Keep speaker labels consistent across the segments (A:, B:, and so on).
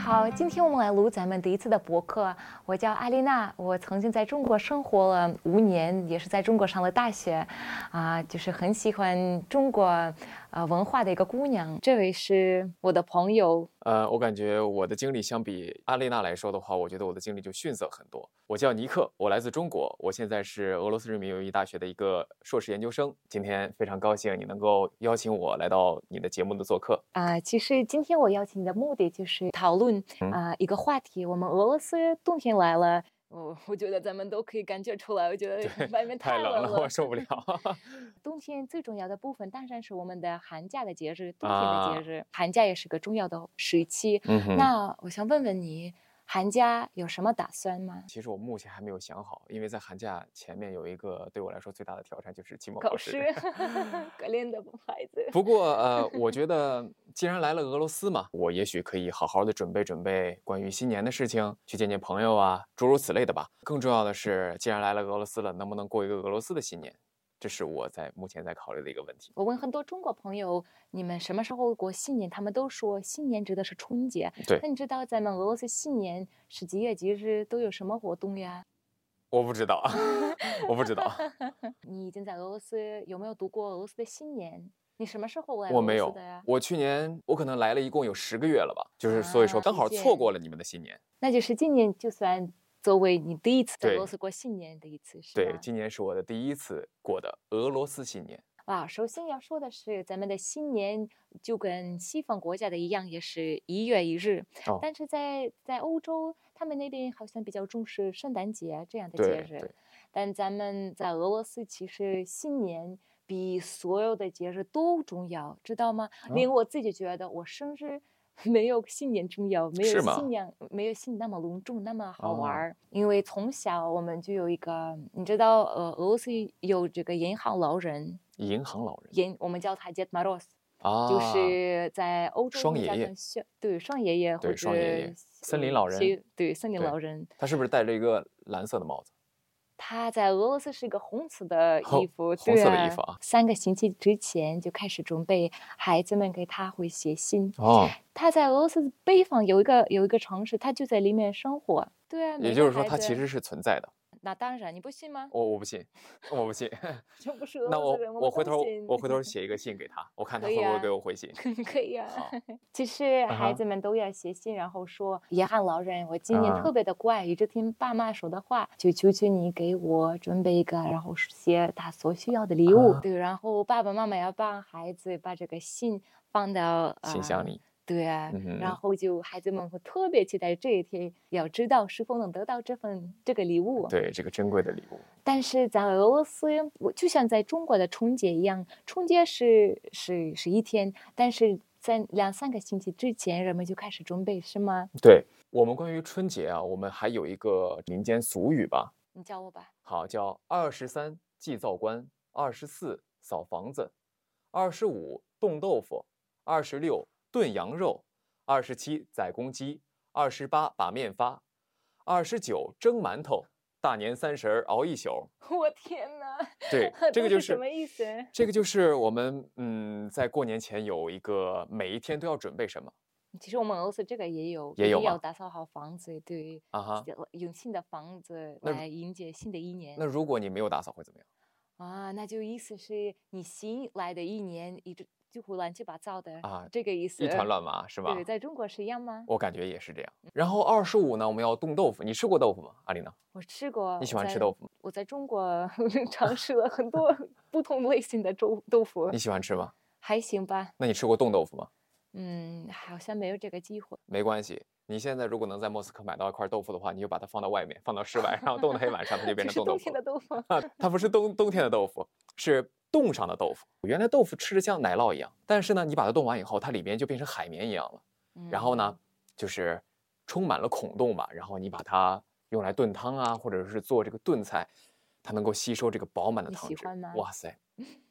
A: 好，今天我们来录咱们第一次的博客。我叫阿丽娜，我曾经在中国生活了五年，也是在中国上了大学，啊、就是很喜欢中国呃文化的一个姑娘。这位是我的朋友，
B: 呃，我感觉我的经历相比阿丽娜来说的话，我觉得我的经历就逊色很多。我叫尼克，我来自中国，我现在是俄罗斯人民友谊大学的一个硕士研究生。今天非常高兴你能够邀请我来到你的节目的做客。
A: 啊、其实今天我邀请你的目的就是讨论
B: 嗯
A: 啊、一个话题，我们俄罗斯冬天来了。我我觉得咱们都可以感觉出来，我觉
B: 对
A: 得外面
B: 太
A: 冷
B: 冷了， 我受不了。
A: 冬天最重要的部分当然是我们的寒假的节日，冬天的
B: 啊
A: 节日，寒假也是个重要的时期。
B: 嗯哼
A: 那我想问问你，寒假有什么打算吗？
B: 其实我目前还没有想好，因为在寒假前面有一个对我来说最大的挑战就是期末
A: 考
B: 考
A: 试， 可怜的孩子。
B: 不过呃，我觉得既然来了俄罗斯嘛，我也许可以好好的准备准备关于新年的事情，去见见朋友啊，诸如此类的吧。更重要的是，既然来了俄罗斯了，能不能过一个俄罗斯的新年？这是我在目前在考虑的一个问题。
A: 我问很多中国朋友，你们什么时候过新年？他们都说新年指的是春节。
B: 对
A: 那你知道咱们俄罗斯新年是几月几日都有什么活动呀？
B: 我不知道， 我不 知道，
A: 你已经在俄罗斯有没有读过俄罗斯的新年？你什么时候来俄
B: 我没
A: 罗斯
B: 有
A: 的呀。？
B: 我去年我可能来了一共有十个月了吧，就是所以说
A: 啊
B: 刚好
A: 理解
B: 错过了你们的新年。
A: 那就是今年就算作为你第一次在俄
B: 对
A: 罗斯过新年的一次，是
B: 对
A: 吧，？
B: 今年是我的第一次过的俄罗斯新年。
A: 哇，首先要说的是，咱们的新年就跟西方国家的一样，也是一月一日，
B: 哦
A: 但是在在欧洲，他们那边好像比较重视圣诞节这样的节
B: 对
A: 日，
B: 对，
A: 但咱们在俄罗斯其实新年比所有的节日都重要，知道吗？
B: 啊
A: 连我自己觉得我生日 没有新年重要，没有
B: 是吗
A: 新年没有新年那么隆重，那么好玩
B: 哦
A: 儿。因为从小我们就有一个，你知道，呃，俄罗斯有这个银行老人，
B: 银行老人
A: 银我们叫他 Дед Мороз，、
B: 啊，
A: 就是在欧洲
B: 双
A: 那
B: 爷
A: 叫
B: 爷
A: 做雪对双爷爷或
B: 对
A: 者
B: 双爷爷森林
A: 呃
B: 老人
A: 谁对森林
B: 对
A: 老人。
B: 他是不是戴着一个蓝色的帽子？
A: 他在俄罗斯是一个红色的衣
B: 红
A: 服，
B: 红
A: 对
B: 色的衣服啊
A: 三个星期之前就开始准备，孩子们给他会写信。
B: 哦，
A: 他在俄罗斯北方有一个有一个城市，他就在里面生活。对啊，每
B: 也
A: 个
B: 就是说
A: 孩
B: 它其
A: 子
B: 实是存在的。
A: 那当然，你不信吗？
B: 我我不信，我不信。
A: 这不是俄
B: 那
A: 罗
B: 我
A: 斯人，
B: 我
A: 们
B: 回
A: 都
B: 头
A: 信
B: 我回头写一个信给他，我看他
A: 可
B: 会
A: 以
B: 不
A: 啊
B: 会给我回信。
A: 可以啊。
B: 好，
A: 其实
B: 啊
A: 孩
B: 哈
A: 子们都要写信，然后说：“遗憾老人，我今年
B: 啊
A: 特别的怪，一直听爸妈说的话，就求求你给我准备一个，然后是些他所需要的礼物。
B: 啊
A: 对，然后爸爸妈妈要帮孩子把这个信放到、呃、
B: 信箱。里
A: 对啊，
B: 嗯
A: 然
B: 哼
A: 后就孩子们会特别期待这一天，要知道是否能得到这份这个礼物。
B: 对这个珍贵的礼物。
A: 但是在俄罗斯，我就像在中国的春节一样，春节是是是一天，但是在两三个星期之前，人们就开始准备，是吗？
B: 对我们关于春节啊，我们还有一个民间俗语吧，
A: 你教我吧。
B: 好叫二十三祭灶官，二十四扫房子，二十五冻豆腐，二十六炖羊肉，二十七宰公鸡，二十八把面发，二十九蒸馒头，大年三十儿熬一宿。
A: 我天哪，，
B: 对
A: 都
B: 这个就是
A: 什么意思
B: 这个就是我们嗯，在过年前有一个每一天都要准备什么
A: 其实我们俄罗斯这个也有，
B: 也
A: 一
B: 有
A: 定要
B: 吗
A: 打扫好房子，对，
B: 啊哈？
A: 有新的房子
B: 那
A: 来迎接新的一年
B: 那如果你没有打扫会怎么样？
A: 啊，那就意思是你新来的一年一直就会乱七八糟的
B: 啊
A: 这个意思。
B: 一团乱麻是吧？
A: 对，在中国是一样吗？
B: 我感觉也是这样。然后二十五呢，我们要冻豆腐。你吃过豆腐吗，阿丽娜？
A: 我吃过，
B: 你喜欢吃
A: 在
B: 豆腐吗？
A: 我在中 国 尝试了很多不同类型的豆豆腐
B: 你，喜欢吃吗？
A: 还行吧。
B: 那你吃过冻豆腐吗？
A: 嗯，好像没有这个机会。
B: 没关系，你现在如果能在莫斯科买到一块豆腐的话，你就把它放到外面，放到室外，然后冻到黑板上，它就变
A: 这是
B: 成冻
A: 冬
B: 豆腐
A: 天的
B: 了。
A: 豆腐，
B: 啊，它不是冬冬天的豆腐，是冻上的豆腐。原来豆腐吃着像奶酪一样，但是呢，你把它冻完以后，它里面就变成海绵一样了。
A: 嗯
B: 然后呢，就是充满了孔洞吧，然后你把它用来炖汤啊，或者是做这个炖菜，它能够吸收这个饱满的
A: 你
B: 汤
A: 喜
B: 汁。
A: 欢吗
B: 哇 塞，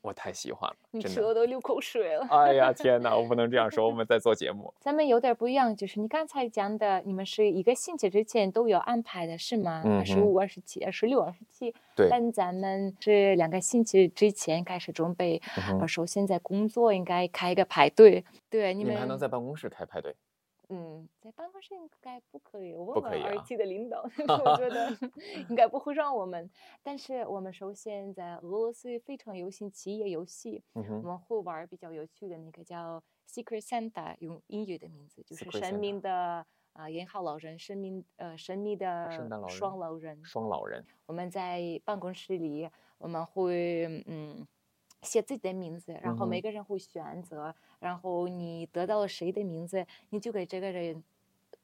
B: 我太喜欢了，
A: 嗯？你
B: 真
A: 吃的
B: 的。
A: 都流口水了。
B: 哎呀，天哪，我不能这样说，我们在做 节目。
A: 咱们有点不一样，就是你刚才讲的，你们是一个星期之前都有安排的，是吗？二十
B: 嗯
A: 五、二十七、二十六、二十七，
B: 对，
A: 但咱们是两个星期之前开始准备。
B: 嗯哼
A: 呃首先在工作应该开一个排队，对你
B: 你
A: 们
B: 们还能在办公室开派对？
A: 嗯，在办公室应该不可以。我
B: 不
A: 问
B: 可以
A: 了二
B: 啊
A: 期的领导， 我觉 得应该不会让我们。但是我们首先在俄罗斯非常流行企业游戏，
B: 嗯
A: 我
B: 哼，
A: 们会玩比较有趣的那个叫 Secret Santa，用英语的名字，就是
B: Secret
A: 神
B: Santa
A: 明的啊演好老人，神明呃神秘的
B: 圣诞老人
A: 双老人。
B: 双老人，
A: 我们在办公室里，我们会嗯写自己的名字，然后
B: 嗯
A: 每
B: 哼
A: 个人会选择，然后你得到了谁的名字，你就给这个人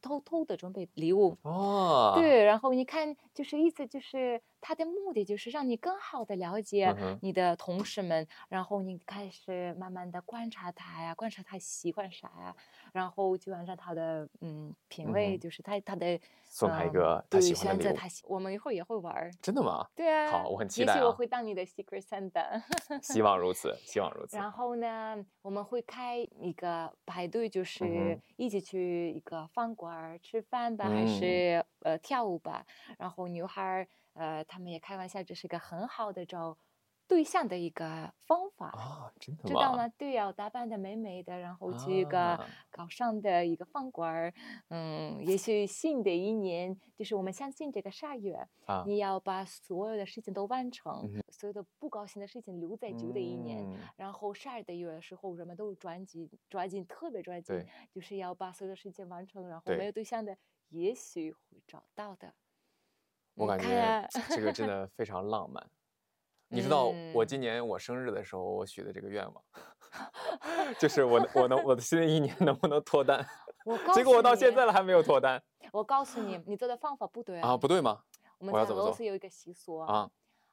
A: 偷偷的准备礼物。
B: 哦，，
A: 对，然后你看，就是意思就是他的目的就是让你更好的了解
B: 嗯哼
A: 你的同事们，然后你开始慢慢的观察他呀，观察他喜欢啥呀，然后就按照他的嗯品味，
B: 嗯哼
A: 就是他他的
B: 送他一
A: 嗯
B: 个他
A: 对
B: 喜欢
A: 选
B: 的
A: 择
B: 礼物，
A: 他喜，我们一会儿也会玩儿。
B: 真的吗？
A: 对啊，
B: 好我很期
A: 也
B: 待
A: 许我
B: 啊
A: 会当你的 secret Santa。
B: 希望如此，希望如此。
A: 然后呢，我们会开一个排队，就
B: 嗯
A: 是一起去一个饭馆儿吃饭吧，
B: 嗯
A: 还是呃跳舞吧。然后女孩儿呃，他们也开玩笑，这是一个很好的找对象的一个方法。
B: 啊，真的
A: 知道
B: 吗？
A: 吗？对呀、打扮的美美的，然后去一个
B: 啊
A: 搞上的一个饭馆儿，嗯，也许新的一年就是我们相信这个十二月，
B: 啊，
A: 你要把所有的事情都完成，
B: 嗯哼
A: 所有的不高兴的事情留在旧的一年。
B: 嗯
A: 然后十二的月的时候，人们都抓紧，抓紧，特别抓紧
B: 对，
A: 就是要把所有的事情完成。然后
B: 对
A: 没有对象的，也许会找到的。
B: 我
A: 嗯
B: 感
A: 看啊
B: 觉这个 真的非常浪漫。你知道我
A: 嗯
B: 今年我生日的时候，我许的这个愿望， 就是我能我能我的新的一年能不能 脱单？
A: 我告诉
B: 结
A: 你，
B: 果我到现在了还没有脱单
A: 我告诉你，你做的方法不对
B: 啊，不对吗？
A: 我们
B: 我要
A: 在
B: 怎
A: 俄
B: 么
A: 罗
B: 做
A: 斯有一个习俗，
B: 啊，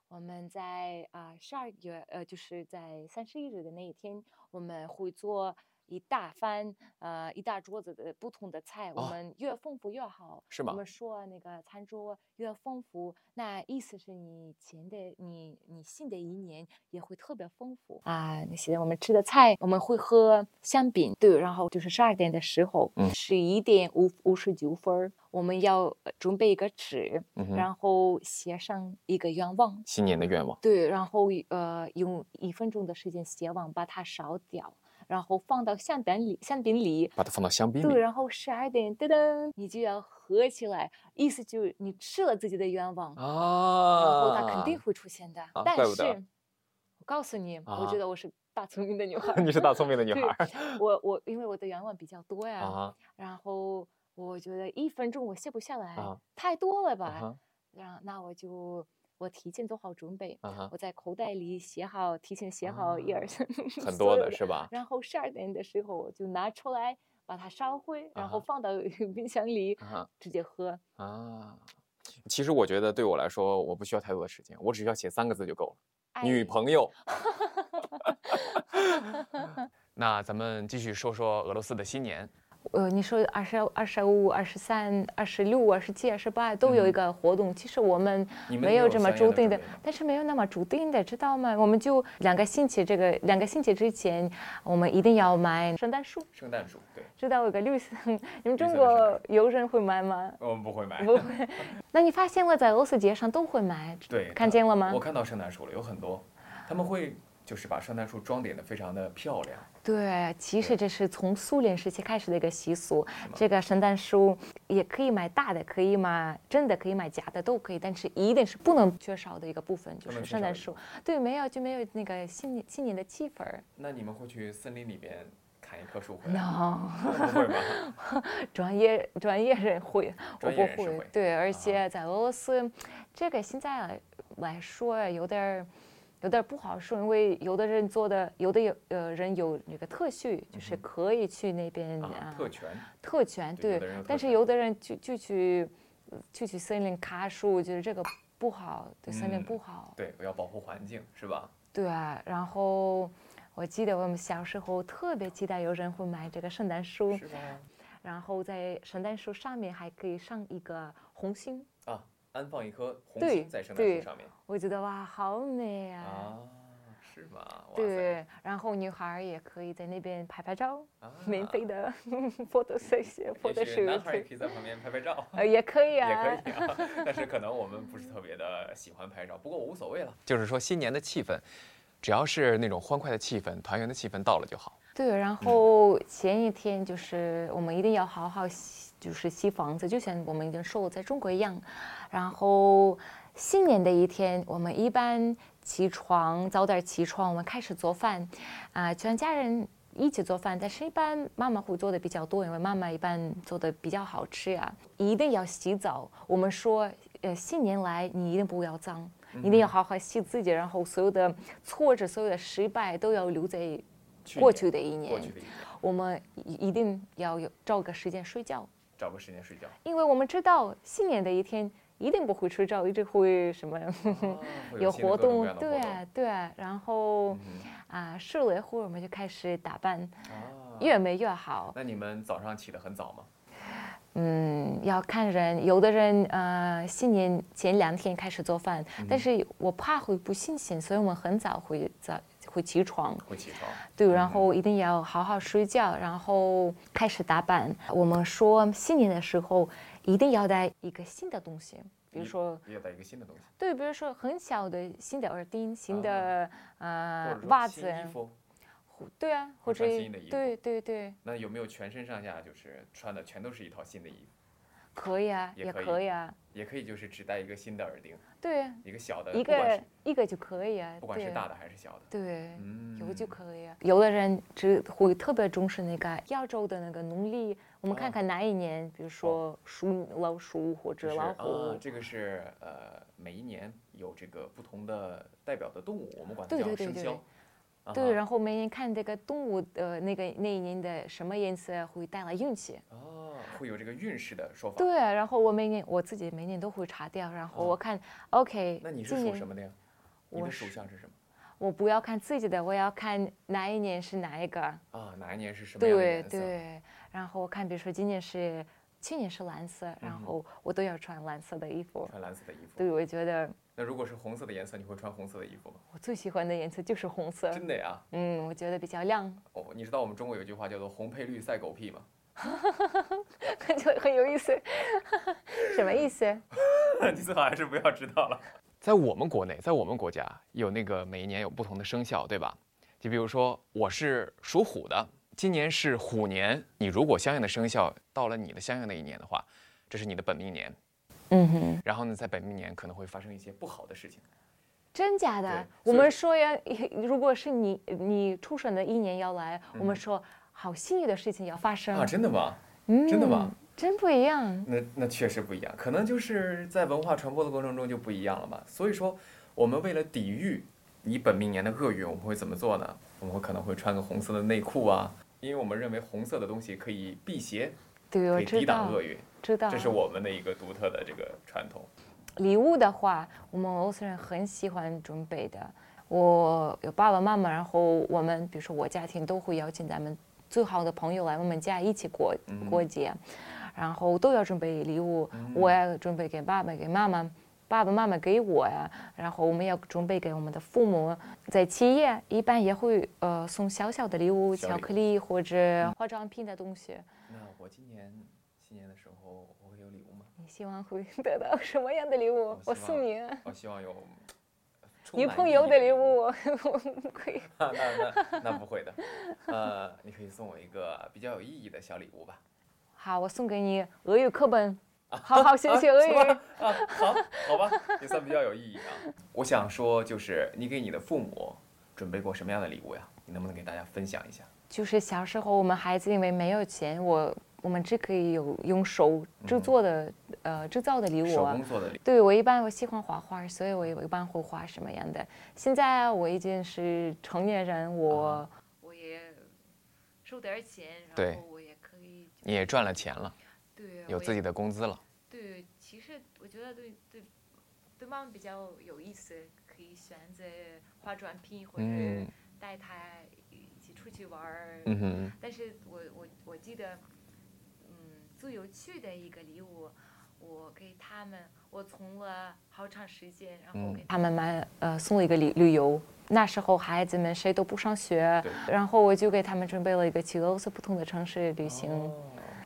A: 我们在啊十二月呃，就是在三十一日的那一天，我们会做一大番呃一大桌子的不同的菜，我
B: 哦
A: 们越丰富越好。
B: 是
A: 我
B: 吗
A: 们说那个餐桌越丰富，那意思是你前的你你新的一年也会特别丰富啊。那些我们吃的菜，我们会喝香槟，对，然后就是十二点的时候
B: 嗯，
A: 十一点五五十九分儿，我们要呃准备一个纸，
B: 嗯哼，
A: 然后写上一个愿望，
B: 新年的愿望，
A: 对，然后呃用一分钟的时间写完，把它烧掉，然后放到橡饼里，橡饼里，
B: 把它放到香槟
A: 对，
B: 里。
A: 然后十二点噔噔，你就要合起来，意思就是你吃了自己的愿望，然后
B: 啊，
A: 它肯定会出现的。
B: 啊
A: 但
B: 怪不
A: 是
B: 得，
A: 我告诉你，我
B: 啊，
A: 觉得我是大聪明的女 孩
B: 你是大聪明的女
A: 对
B: 孩儿
A: 我我因为我的愿望比较多呀，
B: 啊
A: 然后我觉得一分钟我写不下来，
B: 啊
A: 太多了吧。
B: 啊哈
A: 然后那我就我提前做好准备，
B: 啊哈，
A: 我在口袋里写好，提前写好一二三，
B: 啊 很
A: 所
B: 多
A: 有
B: 的是吧？
A: 然后十二点的时候我就拿出来，把它烧灰，
B: 啊
A: 然后
B: 哈
A: 放到冰箱里
B: 啊哈
A: 直接喝。
B: 啊，其实我觉得对我来说，我不需要太多的时间，我只需要写三个字就够了。女
A: 爱
B: 朋 友。那咱们继续说说俄罗斯的新年。
A: 呃，你说二十二、十五、二十三、二十六、二十七、二十八都有
B: 嗯
A: 一个活动。其实我们
B: 你们
A: 没
B: 也
A: 有
B: 有
A: 这么
B: 三
A: 注
B: 样的
A: 定
B: 准
A: 的
B: 备吗，
A: 但是没有那么注定的，知道吗？我们就两个星期，这个两个星期之前，我们一定要买圣诞树，
B: 圣诞树，对，
A: 知道有个绿色， 你们中
B: 色的圣
A: 国
B: 诞
A: 游人会买吗？
B: 我们不会买
A: 不会。那你发现了，在俄罗斯街上都会买，
B: 对
A: 看见了吗
B: 我？看到圣诞树了，有很多，他们会就是把圣诞树装点的非常的漂亮。
A: 对，其实
B: 对
A: 这是从苏联时期开始的一个习俗
B: 吗。
A: 这个圣诞树也可以买大的，可以买真的，可以买假的都可以，但是一定是不能缺少的一个部分，就
B: 不能
A: 是
B: 缺
A: 圣
B: 少
A: 诞
B: 一个
A: 树。对，没有就没有那个新年新年的气氛儿。
B: 那你们会去森林里边砍一棵树回来
A: No，
B: 吗？不会 吧？
A: 专业专业人会，我
B: 专
A: 不
B: 业人士
A: 会
B: 会。啊
A: 对，而且在俄罗斯，这个现在来来说啊有点儿。有点儿不好说，因为有的人做的，有的有呃人有那个特许，就是
B: 嗯哼
A: 可以去那边
B: 啊，特权
A: 特权，
B: 对
A: 对，
B: 有的人有特
A: 但是
B: 权
A: 有的人就就去就去森林砍树，就是这个不好，对森林
B: 嗯
A: 不好，
B: 对，我要保护环境是吧？
A: 对啊。然后我记得我们小时候特别期待有人会买这个圣诞树，
B: 是吧？
A: 然后在圣诞树上面还可以上一个红心，
B: 啊，安放一颗红
A: 对
B: 心在圣诞树
A: 对
B: 上面
A: 我觉得哇，好美啊！
B: 啊，是吗？哇塞
A: 对，然后女孩儿也可以在那边拍拍照，
B: 啊
A: 免费 的 photo session、photo
B: 也许男
A: shoot，
B: 孩也可以在旁边拍拍 照，
A: 呃，也可以
B: 也
A: 啊，
B: 可以啊。但是可能我们不是特别的喜欢拍照，不过我无所谓了。就是说新年的气氛，只要是那种欢快的气氛、团圆的气氛到了就好。
A: 对，然后前一天就是我们一定要好好洗，就是洗房子，就像我们已经说了，在中国一样。然后新年的一天，我们一般起床早点起床，我们开始做饭，啊、全家人一起做饭，但是一般妈妈会做的比较多，因为妈妈一般做的比较好吃呀、一定要洗澡，我们说，呃，新年来你一定不要脏。一定要好好洗自己，然后所有的挫折、所有的失败都要留在过去的一年，
B: 过去的一年，
A: 我们一一定要有找个时间睡觉，
B: 找个时间睡觉，
A: 因为我们知道新年的一天一定不会睡觉，一定会什么
B: 会
A: 嗯有
B: 新的
A: 活
B: 各种
A: 动
B: 各
A: 对
B: 样，的活嗯
A: 啊对啊，然后啊试了一会儿，我们就开始打扮，
B: 动啊
A: 越美越好。
B: 那你们早上起得很早吗？
A: 嗯，要看人，有的人呃新年前两天开始做饭，
B: 嗯
A: 但是我怕会不新鲜，所以我们很早会早会起床。
B: 会起床？
A: 对，然后一定要好好睡觉，然后开始打扮。我们说新年的时候一定要带一个新的东西，比
B: 嗯
A: 如说，
B: 也带一个新的东西，
A: 对，比如说很小的新的耳钉、新的、
B: 嗯或
A: 呃
B: 者说
A: 袜
B: 新
A: 子，
B: 衣服。
A: 对啊，或
B: 或
A: 者
B: 穿新的衣服
A: 对对对，
B: 那有没有全身上下就是穿的全都是一套新的衣服？
A: 可以啊，
B: 也
A: 也
B: 可以
A: 可以啊，
B: 也可以就是只戴一个新的耳钉，
A: 对啊，
B: 一个小的，
A: 一
B: 呃不管
A: 个
B: 是
A: 一个就可以啊，
B: 不管是
A: 对
B: 大的还是小的，
A: 对。
B: 嗯，
A: 有就可以啊，有的人只会特别重视那个亚洲的那个农历，我们看
B: 哦
A: 看哪一年，比如说属老鼠或
B: 就
A: 者
B: 是
A: 老
B: 啊
A: 虎，，
B: 这个是呃每一年有这个不同的代表的动物，我们管它
A: 对
B: 叫
A: 对对
B: 生
A: 对
B: 肖。啊
A: 对，
B: 哈
A: 然后每年看这个动物的那个那一年的什么颜色会带来运气。
B: 哦，会有这个运势的说法。
A: 对，然后我每年我自己每年都会查掉，然后我看、OK，
B: 啊那你是
A: 今
B: 属
A: 年
B: 什么的呀？你
A: 我
B: 的属
A: 是
B: 相是什么？
A: 我不要看自己的，我要看哪一年是哪一个。
B: 啊，哪一年是什么样的
A: 对
B: 颜色？
A: 对，然后我看，比如说今年是，去年是蓝
B: 嗯
A: 色，然后我都要穿蓝色的衣服。
B: 穿蓝色的衣服。
A: 对，我觉得
B: 那如果是红色的颜色，你会穿红色的衣服吗？
A: 我最喜欢的颜色就是红色。
B: 真的呀？
A: 嗯，我觉得比较亮，
B: 哦，你知道我们中国有句话叫做“红配绿赛狗屁”吗？
A: 就很有意思。 什么意思？
B: 你最好还是不要知道了。在我们国内，在我们国家有那个每一年有不同的生肖，对吧？就比如说我是属虎的，今年是虎年，你如果相应的生肖到了你的相应的一年的话，这是你的本命年，
A: 嗯哼。
B: 然后呢，在本命年可能会发生一些不好的事情。
A: 真假的？我
B: 对所以
A: 们说呀，如果是你你出生的一年要来，我
B: 嗯
A: 们说好幸运的事情要发生，
B: 啊真的吗？
A: 嗯
B: 真的吗？
A: 真不一样，
B: 那那确实不一样，可能就是在文化传播的过程中就不一样了嘛。所以说，我们为了抵御你本命年的厄运，我们会怎么做呢？我们可能会穿个红色的内裤啊，因为我们认为红色的东西可以辟邪，
A: 对，
B: 可
A: 我
B: 以
A: 知
B: 抵
A: 道
B: 挡，厄运，
A: 知道。
B: 这是我们的一个独特的这个传统。
A: 礼物的话，我们俄罗斯人很喜欢准备的。我有爸爸妈妈，然后我们比如说我家庭都会邀请咱们最好的朋友来我们家一起过
B: 嗯
A: 过节，然后都要准备礼物，我要准备给爸爸给妈妈。爸爸妈妈给我呀，然后我们要准备给我们的父母，在企业一般也会呃送小小的礼物，
B: 小
A: 巧
B: 礼嗯
A: 克力或者化妆品的东西。
B: 那我今年新年的时候，我会有礼物吗？
A: 你希望会得到什么样的礼物？
B: 我
A: 我
B: 希
A: 送
B: 望
A: 你啊。
B: 我哦希望有充
A: 你
B: 满
A: 朋
B: 意
A: 友
B: 义
A: 的礼物，我们可以。
B: 那那那不会的。呃，你可以送我一个比较有意义的小礼物吧。
A: 好，我送给你俄语课本，好好学学俄
B: 什么
A: 语。
B: 啊，好，好吧，也算比较有意义啊。我想说，就是你给你的父母准备过什么样的礼物呀？你能不能给大家分享一下？
A: 就是小时候我们孩子因为没有钱，我我们只可以有用手制作的、呃制造的礼物
B: 嗯手
A: 啊。
B: 工做的礼
A: 对我一般我喜欢画画，所以我一般会画什么样的。现在我已经是成年人，我、我也收点钱，
B: 啊对
A: 我也可以
B: 你也赚了钱了，
A: 对
B: 有自己的工资了。
A: 对，其实我觉得对对对妈妈比较有意思，可以选择化妆品或者
B: 嗯
A: 带她一起出去玩儿。
B: 嗯哼，
A: 但是我我我记得，嗯，最有趣的一个礼物，我给他们，我存了好长时间，然后
B: 嗯
A: 给他们买呃送了一个旅旅游。那时候孩子们谁都不上学
B: 对，
A: 然后我就给他们准备了一个去俄罗斯不同的城市旅行。
B: 哦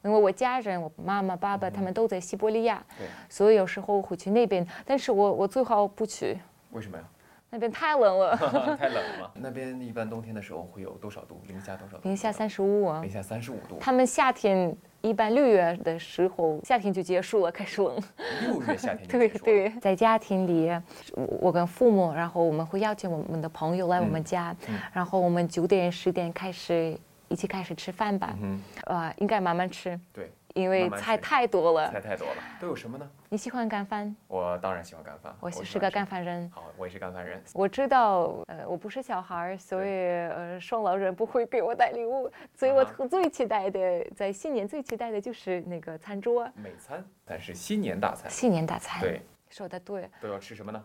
A: 因为我家人，我妈妈、爸爸他们都在西伯利亚，
B: 嗯对，
A: 所以有时候会去那边，但是我我最好不去，
B: 为什么呀？
A: 那边太冷 了，
B: 啊太冷了。那边一般冬天的时候会有多少度？零下多少度？
A: 零下三十五啊
B: 零。下三十五 度。
A: 他们夏天一般六月的时候，夏天就结束了，开始冷。
B: 六月夏天就
A: 对
B: 结束
A: 对，
B: 了。
A: 在家庭里，我我跟父母，然后我们会邀请我们的朋友来我们家，
B: 嗯
A: 然后我们九点十点开始一起开始吃饭吧，
B: 嗯
A: 呃，应该慢慢吃，
B: 对，
A: 因为
B: 慢慢
A: 菜
B: 吃
A: 太多了。
B: 菜太多了。都有什么呢？
A: 你喜欢干饭？
B: 我当然喜欢干饭，
A: 我
B: 喜
A: 是
B: 欢
A: 个
B: 吃
A: 干。饭人。
B: 好，我也是干饭人。
A: 我知道，呃，我不是小孩儿，所以呃，双老人不会给我带礼物，所以我
B: 啊
A: 最期待的，在新年最期待的就是那个餐桌，
B: 美餐，但是新年大餐。
A: 新年大餐。，
B: 对，
A: 说的对。
B: 都要吃什么呢？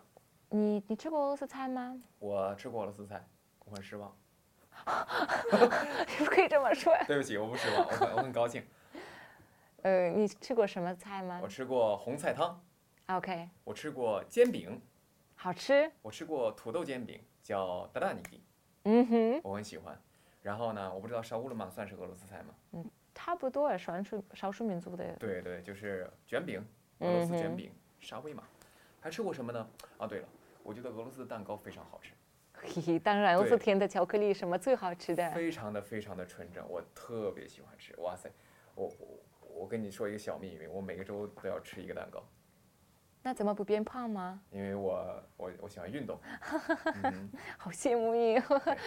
A: 你你吃过俄罗斯餐吗？
B: 我吃过俄罗斯菜，我很失望。
A: 不可以这么说。
B: 对不起，我不失望，我很我很高兴。
A: 呃，你吃过什么菜吗
B: 我吃过红菜汤，
A: ？OK，
B: 我吃过煎饼，
A: 好吃。
B: 我吃过土豆煎饼，叫达达尼基，
A: 嗯哼，
B: 我很喜欢。然后呢，我不知道烧乌鲁玛算是俄罗斯菜吗？
A: 差不多，啊少数少数民族的。
B: 对对，就是卷饼，俄罗
A: 嗯
B: 斯
A: 哼
B: 卷饼，沙威玛。还吃过什么呢？啊，对了，我觉得俄罗斯的蛋糕非常好吃，
A: 嘿嘿，当然，俄罗斯
B: 对
A: 甜的巧克力什么最好吃的？
B: 非常的非常的纯正，我特别喜欢吃。哇塞，我我我跟你说一个小秘密，我每个周都要吃一个蛋糕，
A: 那怎么不变胖吗？
B: 因为我我我喜欢运动。嗯
A: 好羡慕你
B: 对。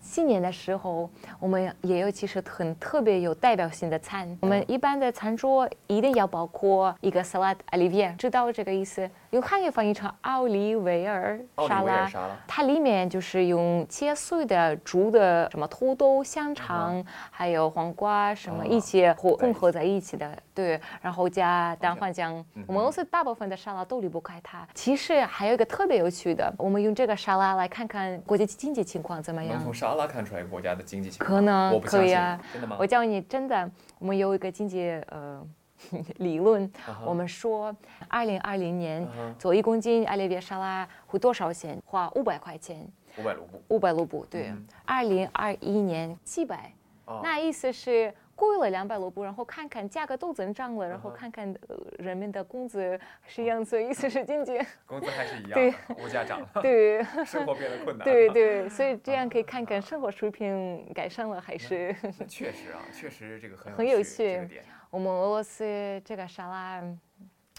A: 新年的时候，我们也有其实很特别有代表性的餐。我
B: 嗯
A: 们一般的餐桌一定要包括一个 salad olivier，知道这个意思？用汉语翻译成奥利维尔
B: 奥利
A: 沙
B: 维尔
A: 拉。
B: 沙拉
A: 它里面就是用切碎的煮的什么土豆、香肠，还有黄瓜什么
B: 嗯啊
A: 一起混
B: 在一
A: 混
B: 起
A: 合在一起的，对，然后加蛋
B: 酱
A: 黄酱。
B: 嗯
A: 我们
B: 哼
A: 公司大部分的沙拉都离不开它。其实还有一个特别有趣的，我们用这个沙拉来看看国际经济情况怎么
B: 能
A: 样
B: 从。沙拉看出来国家的经济情况？
A: 可能
B: 我不
A: 可
B: 相
A: 以
B: 信
A: 啊，
B: 真的吗
A: 我？教你，真的，我们有一个经济呃 理论，
B: 啊哈
A: 我们说，二零二零年
B: 啊哈
A: 做一公斤艾丽别沙拉会多少钱？花五百块钱，
B: 五百卢布。
A: 五百卢布。对
B: 嗯，
A: 二零二一年七百，
B: 哦
A: 那意思是贵了两百卢布，然后看看价格都增长了，然后
B: 啊哈
A: 看看呃人们的工资
B: 嗯
A: 是样子，意思是经济
B: 工资还是一样
A: 对
B: 的，物价涨 了，
A: 对。
B: 生活变得困难。
A: 对， 对，所以这样可以看看生活水平改善了还是。
B: 那确实啊，确实这个很
A: 很有
B: 有
A: 趣
B: 这个点。
A: 我们俄罗斯这个沙拉嗯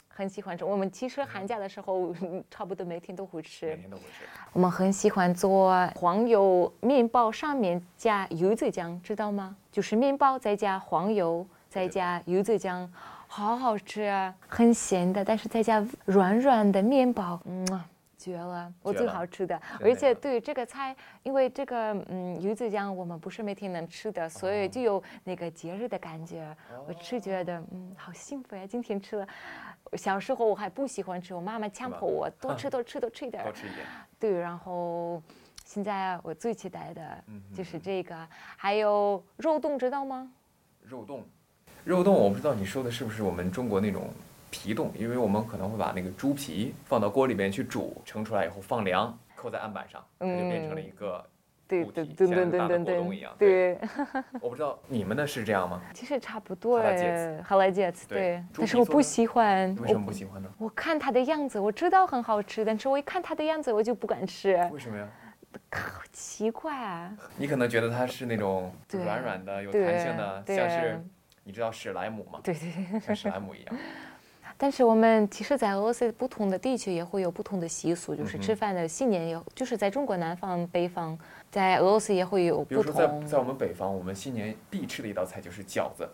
A: 很喜欢吃，我们其实寒假的时候嗯差不多每天都会
B: 嗯每
A: 吃。
B: 天都会吃，
A: 我们很喜欢做黄油面包，上面加油子酱，知道吗？就是面包再加黄油，再加油子酱，好好吃啊！很咸的，但是再加软软的面包，嗯。绝了，我
B: 绝
A: 最
B: 了
A: 好吃的，
B: 真的
A: 而且
B: 呀
A: 对这个菜，因为这个嗯鱼子酱我们不是每天能吃的，所以就有那个节日的感觉。
B: 哦
A: 我吃觉得嗯好幸福呀，今天吃了。小时候我还不喜欢吃，我妈妈强
B: 吧
A: 迫我多吃多吃多吃一点儿
B: 多。吃一点。
A: 对，然后现在我最期待的
B: 嗯
A: 就是这个，还有肉冻，知道吗？
B: 肉冻，肉冻，我不知道你说的是不是我们中国那种皮冻，因为我们可能会把那个猪皮放到锅里面去煮，盛出来以后放凉，扣在案板上，它就变成
A: 嗯
B: 了一个。
A: 对
B: 固
A: 对
B: 体
A: 对
B: 像
A: 对
B: 是
A: 对
B: 大的
A: 对
B: 果冻一
A: 对
B: 样，
A: 对，
B: 我不知道你们的是这样吗？
A: 其实差不多
B: 哈拉芥
A: 哎，哈拉芥子
B: 对
A: 对，
B: 猪
A: 但是
B: 皮
A: 我
B: 做
A: 不
B: 的
A: 喜欢，
B: 为
A: 我
B: 什么不喜欢呢？
A: 我看它的样子，我知道很好吃，但是我一看它的样子，我就不敢吃，
B: 为什么呀？
A: 好奇怪 啊！
B: 你可能觉得它是那种
A: 对
B: 软软的、有
A: 对
B: 弹性的，
A: 对
B: 像是你知道史莱姆吗？
A: 对对对。
B: 像史莱姆一样。
A: 但是我们其实，在俄罗斯不同的地区也会有不同的习俗，就是
B: 嗯哼
A: 吃饭的新年也，就是在中国南方、北方，在俄罗斯也会有
B: 比如
A: 不
B: 说在
A: 同。
B: 在我们北方，我们新年必吃的一道菜就是饺子。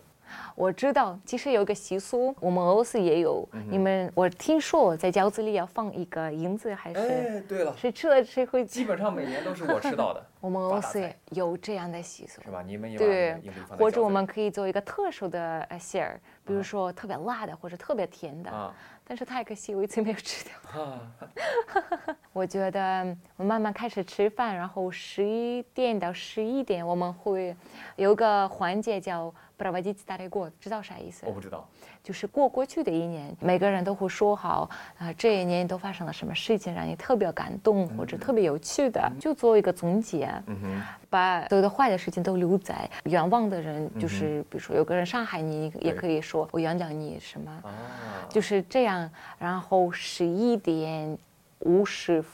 A: 我知道，其实有一个习俗，我们俄罗斯也有。
B: 嗯
A: 你们，我听说在饺子里要放一个银子，还是、
B: 哎，对了，
A: 是吃了吃会？
B: 基本上每年都是我吃到的，
A: 我们俄罗斯
B: 发大
A: 也
B: 财
A: 有这样的习俗
B: 是。吧？你们也把那
A: 对
B: 个硬币放，在
A: 或者
B: 饺
A: 我
B: 子
A: 们可以做一个特殊的呃馅儿，比如说特别辣的或者特别甜
B: 里
A: 的。
B: 啊
A: 但是太可惜，我一次没有吃掉。
B: 啊，
A: 我觉得嗯我慢慢开始吃饭，然后十一点到十一点我们会有一个环节叫 p r o v o d i t a r y 过，知道啥意思
B: 我？不知道，
A: 就是过过去的一年，每个人都会说好，啊、这一年都发生了什么事情让你特别感动或者特别有趣的，就做一个总结。
B: 嗯哼，
A: 把所有的坏的事情都留在远望的人，
B: 嗯
A: 就是比如说有个人伤害你，也可以说我原谅你什么，
B: 啊，
A: 就是这样。然后十一点五十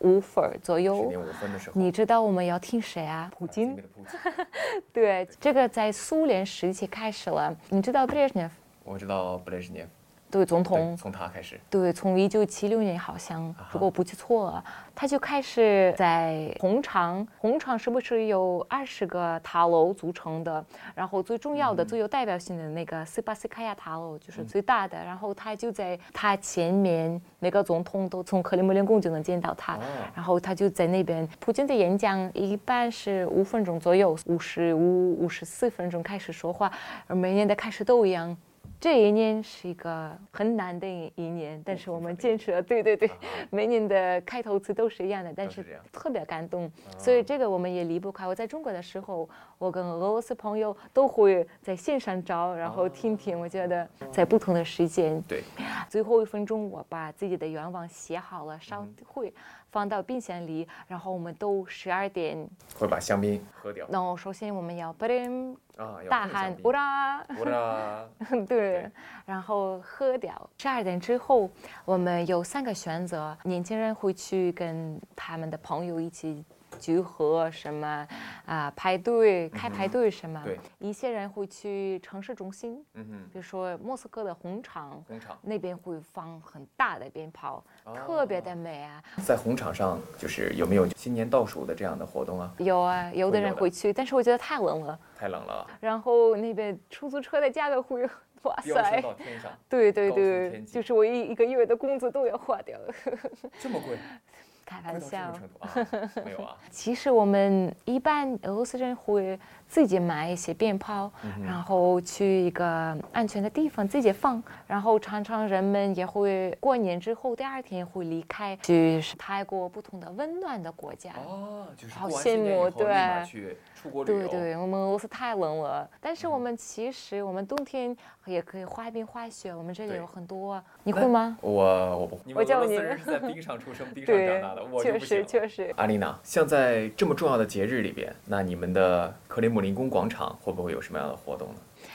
A: 五分儿左
B: 十
A: 右
B: 点。五分的时候，
A: 你知道我们要听谁啊？普
B: 精
A: 京
B: 密。的普京，
A: 对，这个在苏联时期开始了。你知道布列日涅夫
B: 我知道布雷 什涅夫，
A: 对总
B: 对，
A: 统，
B: 从他开始，
A: 对，从一九七六年好像
B: 啊哈，
A: 如果我不记错了，他就开始在红场，红场是不是由二十个塔楼组成的？然后最重要的、
B: 嗯
A: 最有代表性的那个斯巴斯卡亚塔楼就是最大的，然后他就在他前面，每个总统都从克里姆林宫就能见到他。
B: 哦，
A: 然后他就在那边，普京的演讲一般是五分钟左右，五十五、五十四分钟开始说话，而每年的开始都一样。这一年是一个很难的一年，但是我们坚持了。对对 对，每年的开头词都是一样的，但
B: 啊都是
A: 是
B: 这样啊
A: 特别感动。所以这个我们也离不开。我在中国的时候，我跟俄罗斯朋友都会在线上找，然后听听。我觉得在不同的时间，
B: 对，
A: 最后一分钟，我把自己的愿望写好了，烧会放到冰箱里，然后我们都十二点。
B: 会把香槟喝掉
A: 那我首先我们要 b r
B: 啊，要
A: 大
B: 碰
A: 喊“
B: 香
A: 乌
B: 槟，
A: 拉
B: 我啦，
A: 对”，然后喝掉。十二点之后，我们有三个选择：年轻人会去跟他们的朋友一起。聚合什么啊、排队开排队什么？
B: 嗯对
A: 一些人会去城市中心，
B: 嗯哼，
A: 比如说莫斯科的红场，
B: 红场
A: 那边会放很大的鞭炮，
B: 哦
A: 特别的美啊。
B: 在红场上就是有没有新年倒数的这样的活动啊？
A: 有啊，有的
B: 有
A: 人
B: 的
A: 会去，但是我觉得太冷了。
B: 太冷了，
A: 然后那边出租车的价格会，哇
B: 飙升
A: 塞，
B: 到天上，
A: 对对
B: 高出
A: 对，
B: 天际
A: 就是我一一个月的工资都要花掉了。
B: 这么贵，
A: 开玩
B: 贵到这种
A: 笑，
B: 程度啊？没有 啊，
A: 其实我们一般俄罗斯人会自己买一些鞭炮，
B: 嗯
A: 然后去一个安全的地方自己放，然后常常人们也会过年之后第二天会离开，去泰国不同的温暖的国家。
B: 哦，就是
A: 好
B: 过完新
A: 羡
B: 年以
A: 慕
B: 后立马
A: 对
B: 去出国旅
A: 对
B: 游，
A: 对，我们俄罗斯太冷了，但是我们其实我们冬天也可以滑冰、滑雪，我们这里
B: 对
A: 有很多。你会吗？
B: 我我不会，你们
A: 我叫
B: 俄罗斯
A: 你
B: 人是在冰上 出生、冰上长
A: 对
B: 大的，，我就
A: 确
B: 不行
A: 实
B: 了。
A: 确实。
B: 阿丽娜，像在这么重要的节日里边，那你们的克里姆林宫广场会不会有什么样的活动呢？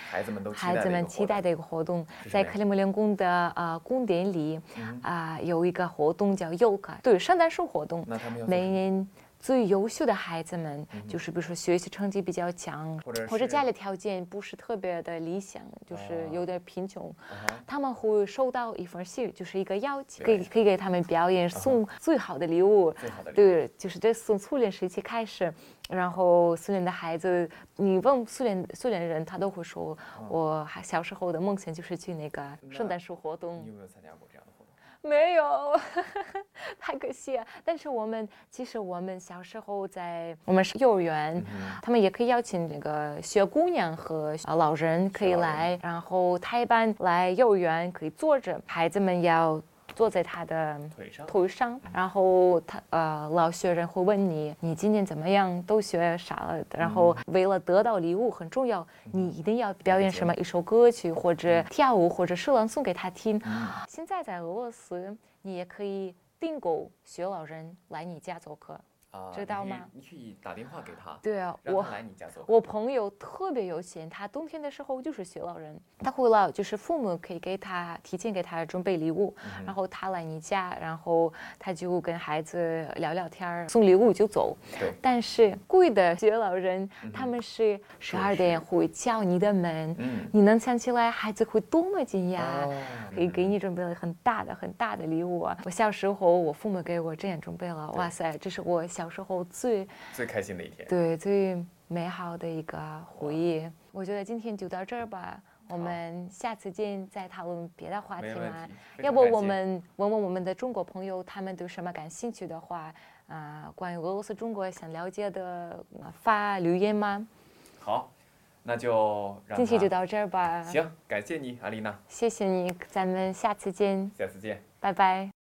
B: 孩子们都期待
A: 孩
B: 的
A: 子
B: 一
A: 们
B: 个
A: 期
B: 活
A: 待
B: 动
A: 的一个活动
B: 是，什么
A: 在
B: 呀
A: 克里姆林宫的呃宫殿里
B: 嗯
A: 啊、有一个活动叫 Yoga，对，圣诞树活动。
B: 那他们要做
A: 每
B: 什么
A: 年最优秀的孩子们，就是比如说学习成绩比较强
B: 嗯或者，
A: 或者
B: 是
A: 家里条件不是特别的理想，就是
B: 哦
A: 有点贫穷，
B: 啊哈
A: 他们会收到一份信，就是一个邀请，可
B: 对嗯
A: 以可以给他们表演，送最好的礼物。
B: 最好的礼物
A: 对，就是这从苏联时期开始，然后苏联的孩子，你问苏联苏联人，他都会说，
B: 嗯
A: 我还小时候的梦想就是去那个圣诞树活动
B: 你。有没有参加过这样的活动？
A: 没有， 太可惜了。但是我们其实我们小时候在我们是幼儿园，
B: 嗯
A: 他们也可以邀请那个雪姑娘和呃老人可以
B: 雪老人
A: 来，然后胎班来幼儿园可以坐着，孩子们要坐在他的。
B: 腿上
A: 头上，然后他呃，老学人会问你，你今年怎么样？都学啥了？然后为了得到礼物很重要，你一定要表演什么一首歌曲，或者跳舞，或者诗朗诵给他听。现在在俄罗斯，你也可以订购学老人来你家做客。
B: 啊，
A: 知
B: 你
A: 道
B: 可以
A: 吗？
B: 你可以打电话给他，
A: 对啊，
B: 让
A: 我
B: 他来你家做客。
A: 我朋友特别有钱，他冬天的时候就是学老人，他回来就是父母可以给他提前给他准备礼物，
B: 嗯
A: 然后他来你家，然后他就跟孩子聊聊天儿，送礼物就走。
B: 对，
A: 但是贵的学老人，他们是十二
B: 是
A: 点会敲你的门，
B: 嗯，
A: 你能想起来孩子会多么惊讶？
B: 哦
A: 啊给给你准备了很大的很大的礼物啊！我小时候，我父母给我这样准备了，哇塞，这是我小时候最
B: 最开心的一天。
A: 对最美好的一个回忆。我觉得今天就到这儿吧，我们下次见，再讨论别啊的话题
B: 没问
A: 嘛
B: 题。非
A: 要
B: 常
A: 不
B: 感
A: 我
B: 谢
A: 们问问我们的中国朋友，他们对什么感兴趣的话，啊、关于俄罗斯、中国想了解的，呃发留言吗？
B: 好，那就让
A: 今天就
B: 他
A: 到这儿吧，
B: 行，感谢你，阿丽娜，
A: 谢谢你，咱们下次见，
B: 下次见。
A: 拜拜。